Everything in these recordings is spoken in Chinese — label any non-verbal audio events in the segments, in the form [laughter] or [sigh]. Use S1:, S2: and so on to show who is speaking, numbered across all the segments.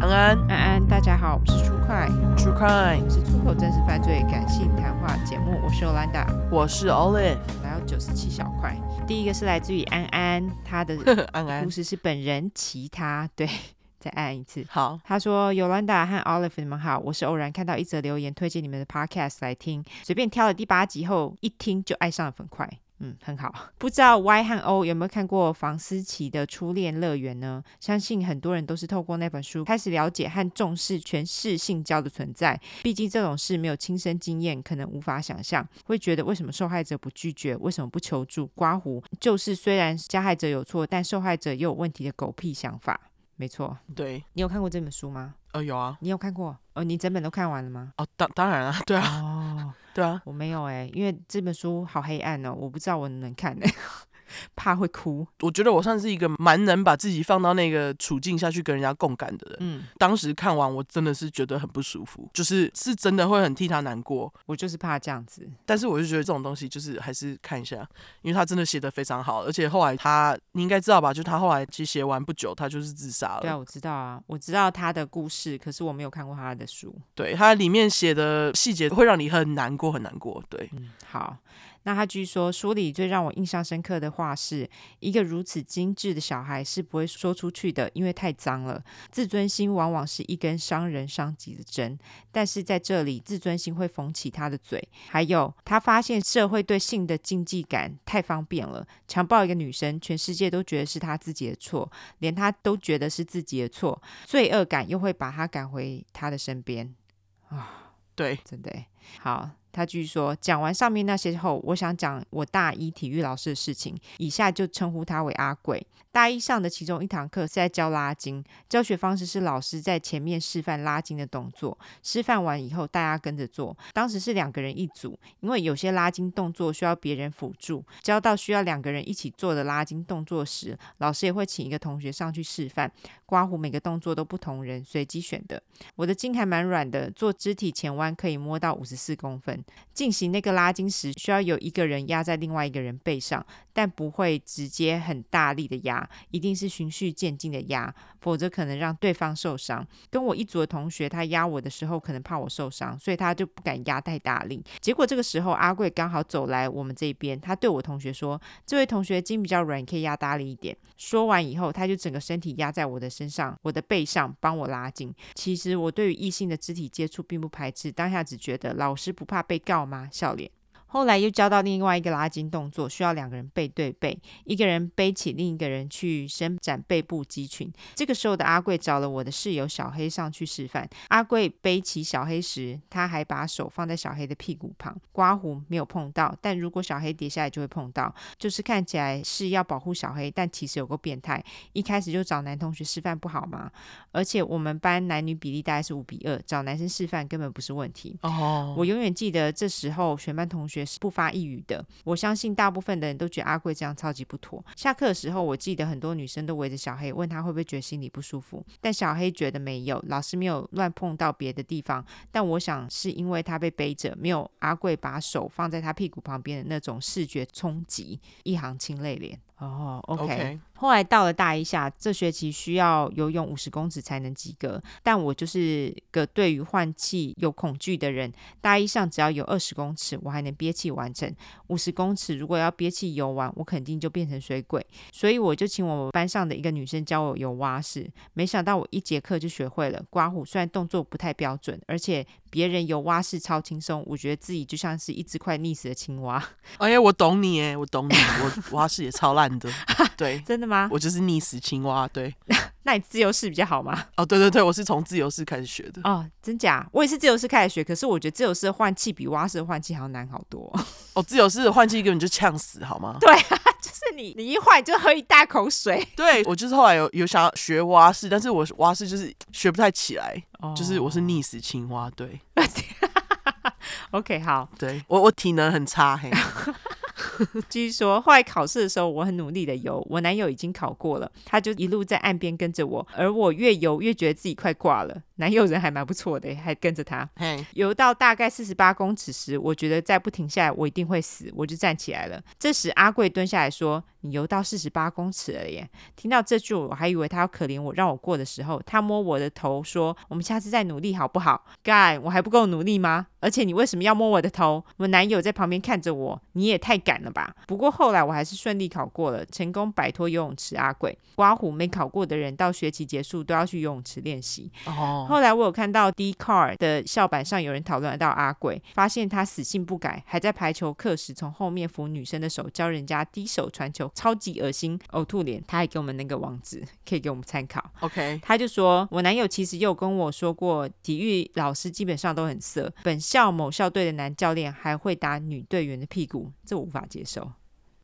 S1: 安
S2: 安安，大家好，我们是出快，
S1: ，True Crime，
S2: 是出口真实犯罪感性谈话节目，我是 Olanda，
S1: 我是 Olive，
S2: 来到九十七小块。第一个是来自于安安，他的
S1: [laughs] 安安
S2: 故。事是本人其他，对，再按一次。
S1: 好，
S2: 他说：“Yolanda 和 Olive，你们好，我是偶然看到一则留言，推荐你们的 Podcast 来听，随便挑了第八集后，一听就爱上了粉块。”嗯，很好。 [laughs] 不知道 Y 和 O 有没有看过房思琪的《初恋乐园》呢？相信很多人都是透过那本书开始了解和重视全市性交的存在。毕竟这种事没有亲身经验，可能无法想象，会觉得为什么受害者不拒绝，为什么不求助？刮胡就是虽然加害者有错，但受害者也有问题的狗屁想法。没错，
S1: 对，
S2: 你有看过这本书吗？
S1: 呃，有啊，
S2: 你有看过？哦，你整本都看完了吗？
S1: 哦，当当然啊，对 [laughs] 啊，
S2: 哦，
S1: 对啊，
S2: [laughs] 我没有哎、因为这本书好黑暗哦，我不知道我能不能看哎、 [laughs] 怕会哭。
S1: 我觉得我算是一个蛮能把自己放到那个处境下去跟人家共感的人。
S2: 嗯，
S1: 当时看完，我真的是觉得很不舒服，就是是真的会很替他难过。
S2: 我就是怕这样子。
S1: 但是我就觉得这种东西就是还是看一下，因为他真的写的非常好，而且后来他你应该知道吧，就他后来其实写完不久，他就是自杀了。
S2: 对啊，我知道啊，我知道他的故事，可是我没有看过他的书。
S1: 对，它里面写的细节会让你很难过，很难过。对，
S2: 好，那他据说书里最让我印象深刻的话是，一个如此精致的小孩是不会说出去的，因为太脏了。自尊心往往是一根伤人伤己的针，但是在这里，自尊心会缝起他的嘴。还有，他发现社会对性的禁忌感太方便了，强暴一个女生，全世界都觉得是他自己的错，连他都觉得是自己的错，罪恶感又会把他赶回他的身边。
S1: 对，
S2: 真的欸。好，他继续说，讲完上面那些后，我想讲我大一体育老师的事情，以下就称呼他为阿贵。大一上的其中一堂课是在教拉筋，教学方式是老师在前面示范拉筋的动作，示范完以后大家跟着做。当时是两个人一组，因为有些拉筋动作需要别人辅助，教到需要两个人一起做的拉筋动作时，老师也会请一个同学上去示范，刮胡每个动作都不同人随机选的。我的筋还蛮软的，做肢体前弯可以摸到五十四公分。进行那个拉筋时，需要有一个人压在另外一个人背上，但不会直接很大力的压，一定是循序渐进的压，否则可能让对方受伤。跟我一组的同学，他压我的时候可能怕我受伤，所以他就不敢压太大力。结果这个时候，阿贵刚好走来我们这边，他对我同学说：“这位同学筋比较软，你可以压大力一点。”说完以后，他就整个身体压在我的身上，我的背上，帮我拉紧。其实我对于异性的肢体接触并不排斥，当下只觉得老师不怕被告吗？笑脸。后来又教到另外一个拉筋动作，需要两个人背对背，一个人背起另一个人去伸展背部肌群。这个时候的阿贵找了我的室友小黑上去示范。阿贵背起小黑时，他还把手放在小黑的屁股旁，刮胡没有碰到，但如果小黑跌下来就会碰到。就是看起来是要保护小黑，但其实有个变态，一开始就找男同学示范不好吗？而且我们班男女比例大概是五比二，找男生示范根本不是问题。
S1: 哦，
S2: 我永远记得这时候全班同学是不发一语的。我相信大部分的人都觉得阿贵这样超级不妥。下课的时候，我记得很多女生都围着小黑，问他会不会觉得心里不舒服，但小黑觉得没有，老师没有乱碰到别的地方。但我想是因为他被背着，没有阿贵把手放在他屁股旁边的那种视觉冲击，一行清泪脸。哦、o k
S1: OK，
S2: 后来到了大一下，这学期需要游泳五十公尺才能及格，但我就是个对于换气有恐惧的人。大一上只要有二十公尺，我还能憋气完成；五十公尺如果要憋气游完，我肯定就变成水鬼。所以我就请我们班上的一个女生教我游蛙式，没想到我一节课就学会了。刮胡虽然动作不太标准，而且别人游蛙式超轻松，我觉得自己就像是一只快溺死的青蛙。 [laughs]
S1: 哎呀，我懂你哎，我懂你，我蛙式也超烂的，对
S2: 真的吗？
S1: 我就是溺死青蛙，对，
S2: 那你自由式比较好吗？
S1: 哦，对对对，我是从自由式开始学的，
S2: 哦，真假？我也是自由式开始学，可是我觉得自由式的换气比蛙式的换气还要难好多。 [laughs]
S1: 哦，自由式的换气根本就呛死，好吗？
S2: 就是你，你一换你就喝一大口水，
S1: 对，我就是后来有有想要学蛙式，但是我蛙式就是学不太起来， [laughs] 就是我是溺死青蛙，对
S2: 哦 [laughs] OK 好。
S1: 对，我我体能很差，嘿，
S2: 继续说，后来考试的时候，我很努力的游，我男友已经考过了，他就一路在岸边跟着我，而我越游越觉得自己快挂了。男友人还蛮不错的，还跟着他。
S1: [laughs] 嘿，
S2: 游到大概四十八公尺时，我觉得再不停下来，我一定会死，我就站起来了。这时阿贵蹲下来说：“你游到四十八公尺了耶！”听到这句，我还以为他要可怜我，让我过的时候，他摸我的头说：“我们下次再努力好不好？”干，我还不够努力吗？而且你为什么要摸我的头？我男友在旁边看着我，你也太敢了吧！不过后来我还是顺利考过了，成功摆脱游泳池阿贵。刮胡没考过的人，到学期结束都要去游泳池练习。
S1: 哦，
S2: 后来我有看到 d c a r 的校板上有人讨论到阿贵，发现他死性不改，还在排球课时从后面扶女生的手，教人家低手传球，超级恶心，呕吐脸。他还给我们那个网址，可以给我们参考。
S1: OK，
S2: 他就说，我男友其实又跟我说过，体育老师基本上都很色，本校某校队的男教练还会打女队员的屁股，这我无法接受，
S1: [laughs]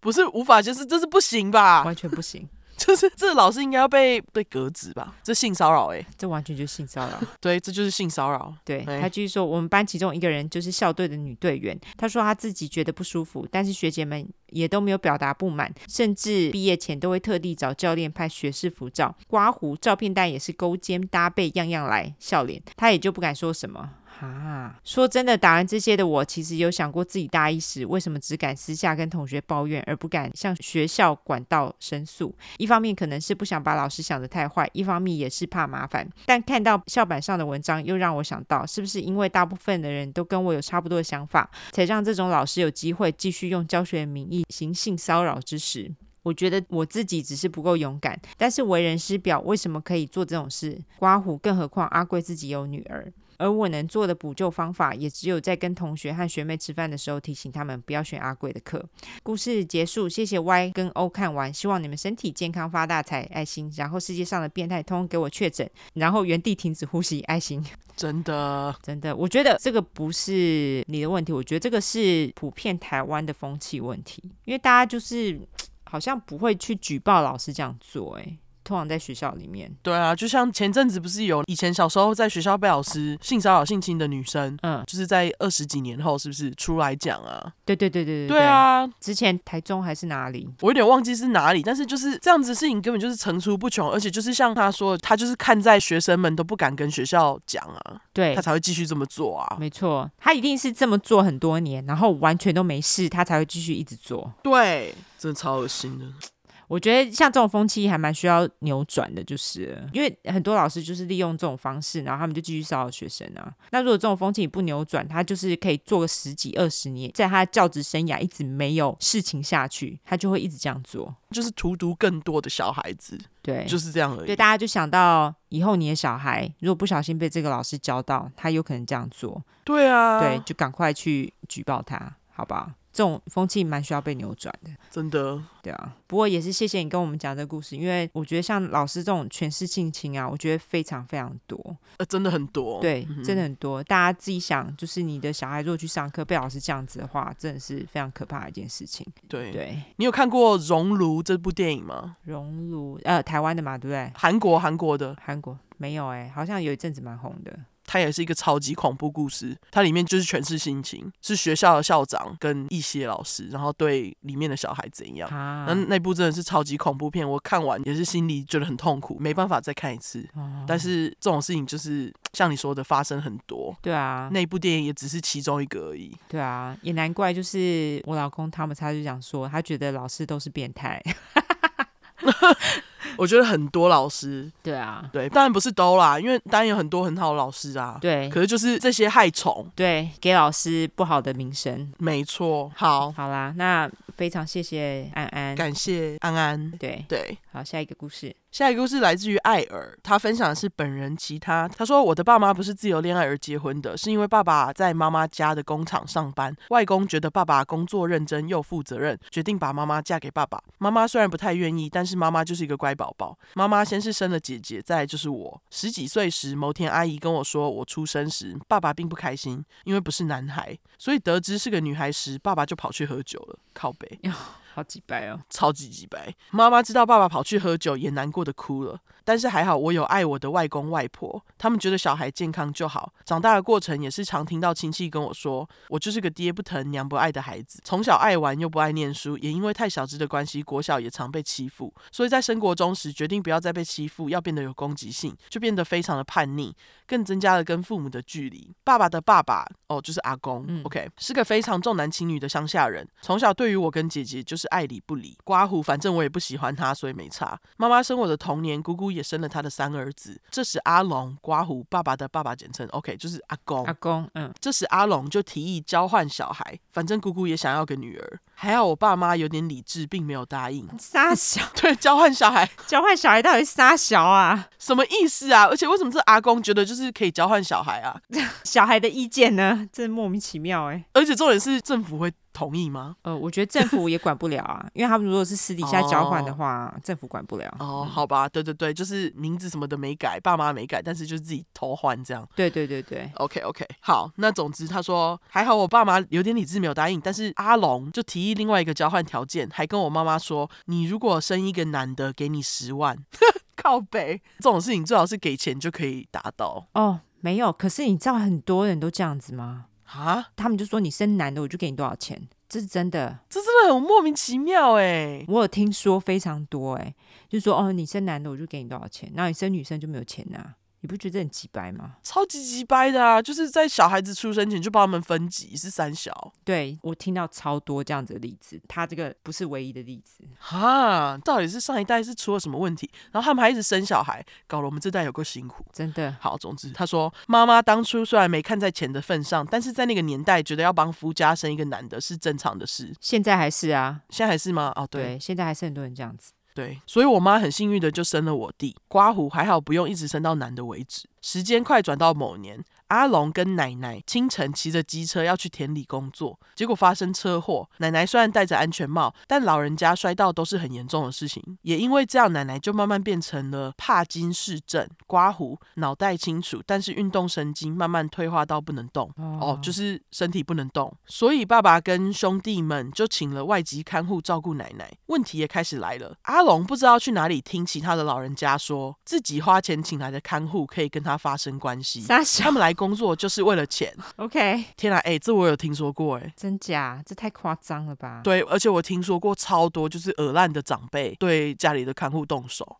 S1: 不是无法，就是这是不行吧？
S2: 完全不行，
S1: 就是这老师应该要被被革职吧？这性骚扰哎，
S2: 这完全就是性骚扰。
S1: 对，这就是性骚扰。
S2: 对
S1: 哎
S2: 他继续说，我们班其中一个人就是校队的女队员，她说她自己觉得不舒服，但是学姐们也都没有表达不满，甚至毕业前都会特地找教练拍学士服照、刮胡，照片单也是勾肩搭背，样样来，笑脸，她也就不敢说什么。啊，说真的，打完这些的我，其实有想过自己大一时为什么只敢私下跟同学抱怨，而不敢向学校管道申诉。一方面可能是不想把老师想得太坏，一方面也是怕麻烦。但看到校板上的文章，又让我想到，是不是因为大部分的人都跟我有差不多的想法，才让这种老师有机会继续用教学的名义行性骚扰之实？我觉得我自己只是不够勇敢，但是为人师表，为什么可以做这种事？刮胡，更何况阿贵自己有女儿。而我能做的补救方法，也只有在跟同学和学妹吃饭的时候提醒他们不要选阿贵的课。故事结束，谢谢 Y 跟 O 看完，希望你们身体健康发大财，爱心。然后世界上的变态通通给我确诊，然后原地停止呼吸，爱心。 [laughs]
S1: 真的，
S2: 真的，我觉得这个不是你的问题，我觉得这个是普遍台湾的风气问题，因为大家就是好像不会去举报老师这样做、哎，通常在学校里面，
S1: 对啊，就像前阵子不是有以前小时候在学校被老师性骚扰性侵的女生，
S2: 嗯，
S1: 就是在二十几年后是不是出来讲啊？
S2: 对对对对对
S1: 对，啊，
S2: 之前台中还是哪里，
S1: 我有点忘记是哪里，但是就是这样子的事情根本就是层出不穷，而且就是像他说的，他就是看在学生们都不敢跟学校讲啊，
S2: 对
S1: 他。才会继续这么做啊。
S2: 没错，他一定是这么做很多年，然后完全都没事，他才会继续一直做。
S1: 对，真的超恶心的。
S2: 我觉得像这种风气还蛮需要扭转的，就是了因为很多老师就是利用这种方式，然后他们就继续骚扰学生啊。那如果这种风气你不扭转，他就是可以做个十几二十年，在他的教职生涯一直没有事情下去，他就会一直这样做。
S1: 就是荼毒更多的小孩子，
S2: 对，
S1: 就是这样而
S2: 对，
S1: 已。
S2: 大家就想到以后你的小孩如果不小心被这个老师教到，他有可能这样做，
S1: 对啊，
S2: 对，，就赶快去举报他，好不好？这种风气蛮需要被扭转的。
S1: 真的，
S2: 对啊，不过也是谢谢你跟我们讲这个故事，因为我觉得像老师这种权势性侵啊，我觉得非常非常多，
S1: 呃，真的很多。
S2: 对，
S1: 嗯
S2: 真的很多。大家自己想，就是你的小孩如果去上课被老师这样子的话，真的是非常可怕的一件事情。
S1: 对，
S2: 对，
S1: 你有看过《熔炉》这部电影吗？
S2: 熔炉呃，台湾的嘛，对不对？
S1: 韩国，韩国的，
S2: 韩国没有哎、好像有一阵子蛮红的。
S1: 它也是一个超级恐怖故事，它里面就是全是性情，是学校的校长跟一些老师，然后对里面的小孩怎样。
S2: 啊
S1: 那，那部真的是超级恐怖片，我看完也是心里觉得很痛苦，没办法再看一次。
S2: 哦
S1: 但是这种事情就是像你说的发生很多，
S2: 对啊，
S1: 那部电影也只是其中一个而已。
S2: 对啊，也难怪，就是我老公他们他就讲说，他觉得老师都是变态。 [laughs]
S1: 我觉得很多老师
S2: 对啊，
S1: 对，当然不是都啦，因为当然有很多很好的老师啊。
S2: 对
S1: 可是就是这些害虫，
S2: 对，给老师不好的名声。
S1: 没错。好，
S2: 好啦，那非常谢谢安安。
S1: 感谢安安。
S2: 对，
S1: 对，
S2: 好，下一个故事。 [laughs]
S1: 下一个故事来自于艾尔，他分享的是本人其他。他说：“我的爸妈不是自由恋爱而结婚的，是因为爸爸在妈妈家的工厂上班，外公觉得爸爸工作认真又负责任，决定把妈妈嫁给爸爸。妈妈虽然不太愿意，但是妈妈就是一个乖宝宝。妈妈先是生了姐姐，再来就是我。十几岁时，某天阿姨跟我说，我出生时爸爸并不开心，因为不是男孩，所以得知是个女孩时，爸爸就跑去喝酒了。靠北。”
S2: 哦好几百哦。
S1: 超级鸡白。妈妈知道爸爸跑去喝酒，也难过的哭了。但是还好，我有爱我的外公外婆，他们觉得小孩健康就好。长大的过程也是常听到亲戚跟我说，我就是个爹不疼娘不爱的孩子，从小爱玩又不爱念书，也因为太小只的关系，国小也常被欺负。所以在生活中时，决定不要再被欺负，要变得有攻击性，就变得非常的叛逆，更增加了跟父母的距离。爸爸的爸爸哦，就是阿公、
S2: 嗯
S1: o k 是个非常重男轻女的乡下人。从小对于我跟姐姐就是爱理不理，刮胡，反正我也不喜欢他，所以没差。妈妈生我的童年，姑姑也生了她的三儿子。这时阿龙刮胡，爸爸的爸爸简称 OK，就是阿公。
S2: 阿公，嗯，
S1: 这时阿龙就提议交换小孩，反正姑姑也想要个女儿。还好我爸妈有点理智，并没有答应。 [laughs]
S2: 傻小，
S1: 对，交换小孩
S2: 交换小孩到底是傻小啊？
S1: 什么意思啊？而且为什么这阿公觉得就是可以交换小孩啊？
S2: 小孩的意见呢？真莫名其妙哎、
S1: 而且重点是政府会同意吗？
S2: 呃，我觉得政府也管不了 [laughs] 啊，因为他们如果是私底下交换的话，政府管不了。
S1: 哦，好吧，对对对，就是名字什么的没改，爸妈没改，但是就是自己偷换这样。
S2: 对对对对，
S1: OK OK，好，那总之他说还好我爸妈有点理智没有答应，但是阿龙就提议另外一个交换条件，还跟我妈妈说，你如果生一个男的，给你十万。 [laughs] 靠北这种事情最好是给钱就可以达到
S2: 哦，没有。可是你知道很多人都这样子吗？
S1: 啊，
S2: 他们就说你生男的，我就给你多少钱，这是真的。
S1: 这真的很莫名其妙哎、
S2: 我有听说非常多、欸，哎，就说哦，你生男的我就给你多少钱，然后你生女生就没有钱拿、你不觉得很鸡掰吗？
S1: 超级鸡掰的啊！就是在小孩子出生前就帮他们分级，是三小
S2: 对我听到超多这样子的例子，他这个不是唯一的例子。
S1: 哈，到底是上一代是出了什么问题？然后他们还一直生小孩，搞得我们这代有够辛苦。
S2: 真的，
S1: 好，总之他说，妈妈当初虽然没看在钱的份上，但是在那个年代，觉得要帮夫家生一个男的是正常的事。
S2: 现在还是啊，
S1: 现在还是吗？哦，对
S2: 对，现在还是很多人这样子。
S1: 对，所以我妈很幸运的就生了我弟。刮胡还好不用一直生到男的为止。时间快转到某年，阿龙跟奶奶清晨骑着机车要去田里工作，结果发生车祸。奶奶虽然戴着安全帽，但老人家摔到都是很严重的事情。也因为这样，奶奶就慢慢变成了帕金氏症。刮胡脑袋清楚，但是运动神经慢慢退化到不能动。哦，就是身体不能动，所以爸爸跟兄弟们就请了外籍看护照顾奶奶。问题也开始来了，阿龙不知道去哪里听其他的老人家说，自己花钱请来的看护可以跟他发生关系，
S2: 傻
S1: 他
S2: 小
S1: 们来工作就是为了钱。
S2: ，OK，
S1: 天啊，哎、这我有听说过、哎。
S2: 真假？这太夸张了吧？
S1: 对，而且我听说过超多，就是耳烂的长辈对家里的看护动手。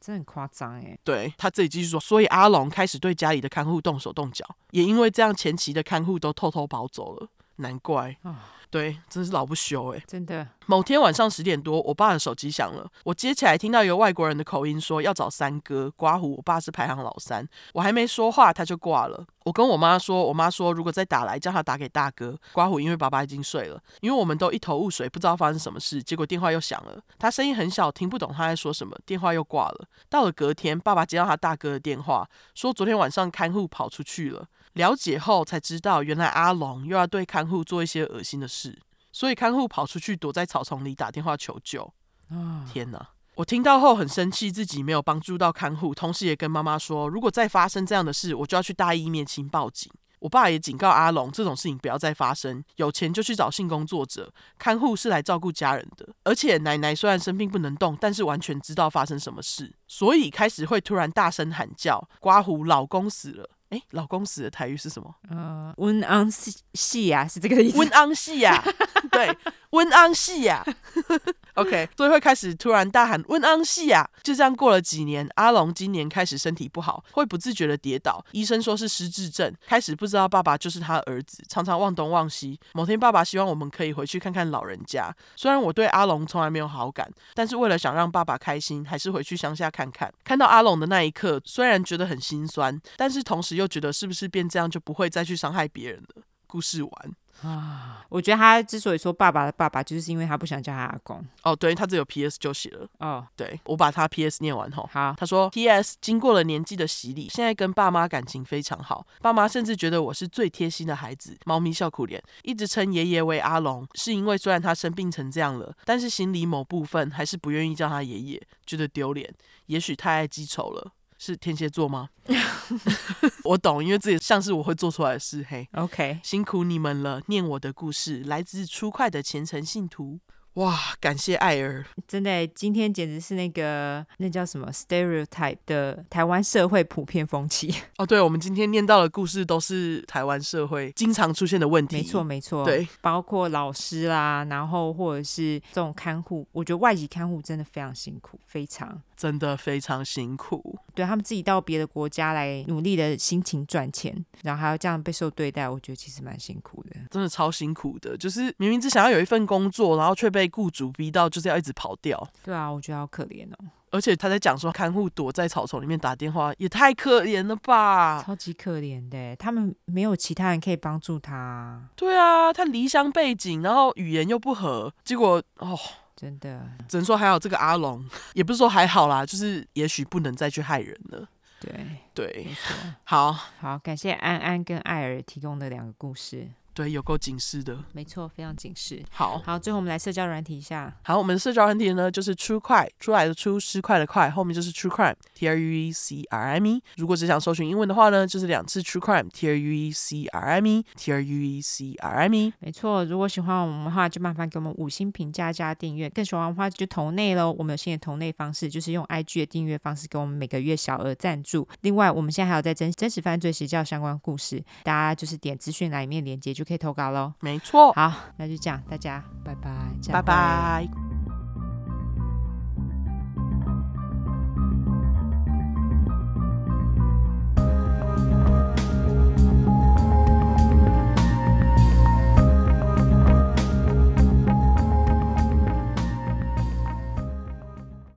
S2: 这很夸张哎。
S1: 对他自己继续说，所以阿龙开始对家里的看护动手动脚，也因为这样，前期的看护都偷偷跑走了，难怪。
S2: 啊
S1: 对，真是老不休哎、
S2: 真的，
S1: 某天晚上十点多，我爸的手机响了，我接起来，听到一个外国人的口音说要找三哥刮胡，我爸是排行老三，我还没说话他就挂了。我跟我妈说，我妈说如果再打来，叫他打给大哥刮胡，因为爸爸已经睡了。因为我们都一头雾水，不知道发生什么事。结果电话又响了，他声音很小，听不懂他在说什么，电话又挂了。到了隔天，爸爸接到他大哥的电话，说昨天晚上看护跑出去了。了解后才知道，原来阿龙又要对看护做一些恶心的事。所以看护跑出去躲在草丛里打电话求救。
S2: 嗯
S1: 天哪！我听到后很生气，自己没有帮助到看护，同时也跟妈妈说，如果再发生这样的事，我就要去大义面亲报警。我爸也警告阿龙，这种事情不要再发生，有钱就去找性工作者，看护是来照顾家人的。而且奶奶虽然生病不能动，但是完全知道发生什么事，所以开始会突然大声喊叫，刮胡老公死了。诶，老公死的台语是什么？
S2: 呃，温昂戏戏啊，是这个意思。
S1: 温安系呀、对，温安系呀、OK，所以会开始突然大喊温安系呀、就这样过了几年，阿龙今年开始身体不好，会不自觉的跌倒，医生说是失智症，开始不知道爸爸就是他儿子，常常忘东忘西。某天爸爸希望我们可以回去看看老人家，虽然我对阿龙从来没有好感，但是为了想让爸爸开心，还是回去乡下看看。看到阿龙的那一刻，虽然觉得很心酸，但是同时又觉得是不是变这样就不会再去伤害别人了。故事完。
S2: 我觉得他之所以说爸爸的爸爸，就是因为他不想叫他阿公。
S1: 哦，对，他只有 P.S. 就写了，
S2: 哦，
S1: 对我把他 P.S. 念完后。
S2: 好，
S1: 他说：“P.S. 经过了年纪的洗礼，现在跟爸妈感情非常好，爸妈甚至觉得我是最贴心的孩子。猫咪笑苦脸，一直称爷爷为阿龙，是因为虽然他生病成这样了，但是心里某部分还是不愿意叫他爷爷，觉得丢脸。也许太爱记仇了，是天蝎座吗？ [laughs] 我懂，因为这也像是我会做出来的事。嘿，
S2: OK，
S1: 辛苦你们了，念我的故事来自初快的虔诚信徒。哇，感谢艾尔，
S2: 真的耶，今天简直是那个那叫什么 stereotype 的台湾社会普遍风气。
S1: 哦，对，我们今天念到的故事都是台湾社会经常出现的问
S2: [laughs]
S1: 题。
S2: 没错，，没错，
S1: 对，
S2: 包括老师啦，然后或者是这种看护，我觉得外籍看护真的非常辛苦，非常
S1: 真的非常辛苦。
S2: 对他们自己到别的国家来努力的辛勤赚钱，然后还要这样备受对待，我觉得其实蛮辛苦的。
S1: 真的超辛苦的，就是明明只想要有一份工作，然后却被雇主逼到就是要一直跑掉。
S2: 对啊，我觉得好可怜哦，
S1: 而且他在讲说，看护躲在草丛里面打电话，也太可怜了
S2: [laughs]
S1: 吧？
S2: 超级可怜的欸耶，他们没有其他人可以帮助他啊，
S1: 对啊，他离乡背景，然后语言又不合，结果哦，
S2: 真的。
S1: 只能说还好这个阿龙，也不是说还好啦，就是也许不能再去害人了。
S2: 对，
S1: 对，
S2: 没错。
S1: 好，
S2: 好，感谢安安跟艾尔提供的两个故事，
S1: 对，有够警示的。
S2: 没错，非常警示。
S1: 好
S2: 好，最后我们来社交软体一下，
S1: 好，我们的社交软体呢，就是出快出来的出失快的快，后面就是 True Crime，T R U E C R I M E。如果只想搜寻英文的话呢，就是两次 True Crime，T R U E C R I M E，T R U E C R I M E。
S2: 没错。如果喜欢我们的话，就麻烦给我们五星评价加订阅。更喜欢的话就投内喽。我们有新的投内方式，就是用 IG 的订阅方式给我们每个月小额赞助。另外，我们现在还有在真真实犯罪邪教相关故事，大家就是点资讯栏里面连接就可以投稿喽。
S1: 没错，
S2: 好，那就这样，大家拜拜，下
S1: 拜拜。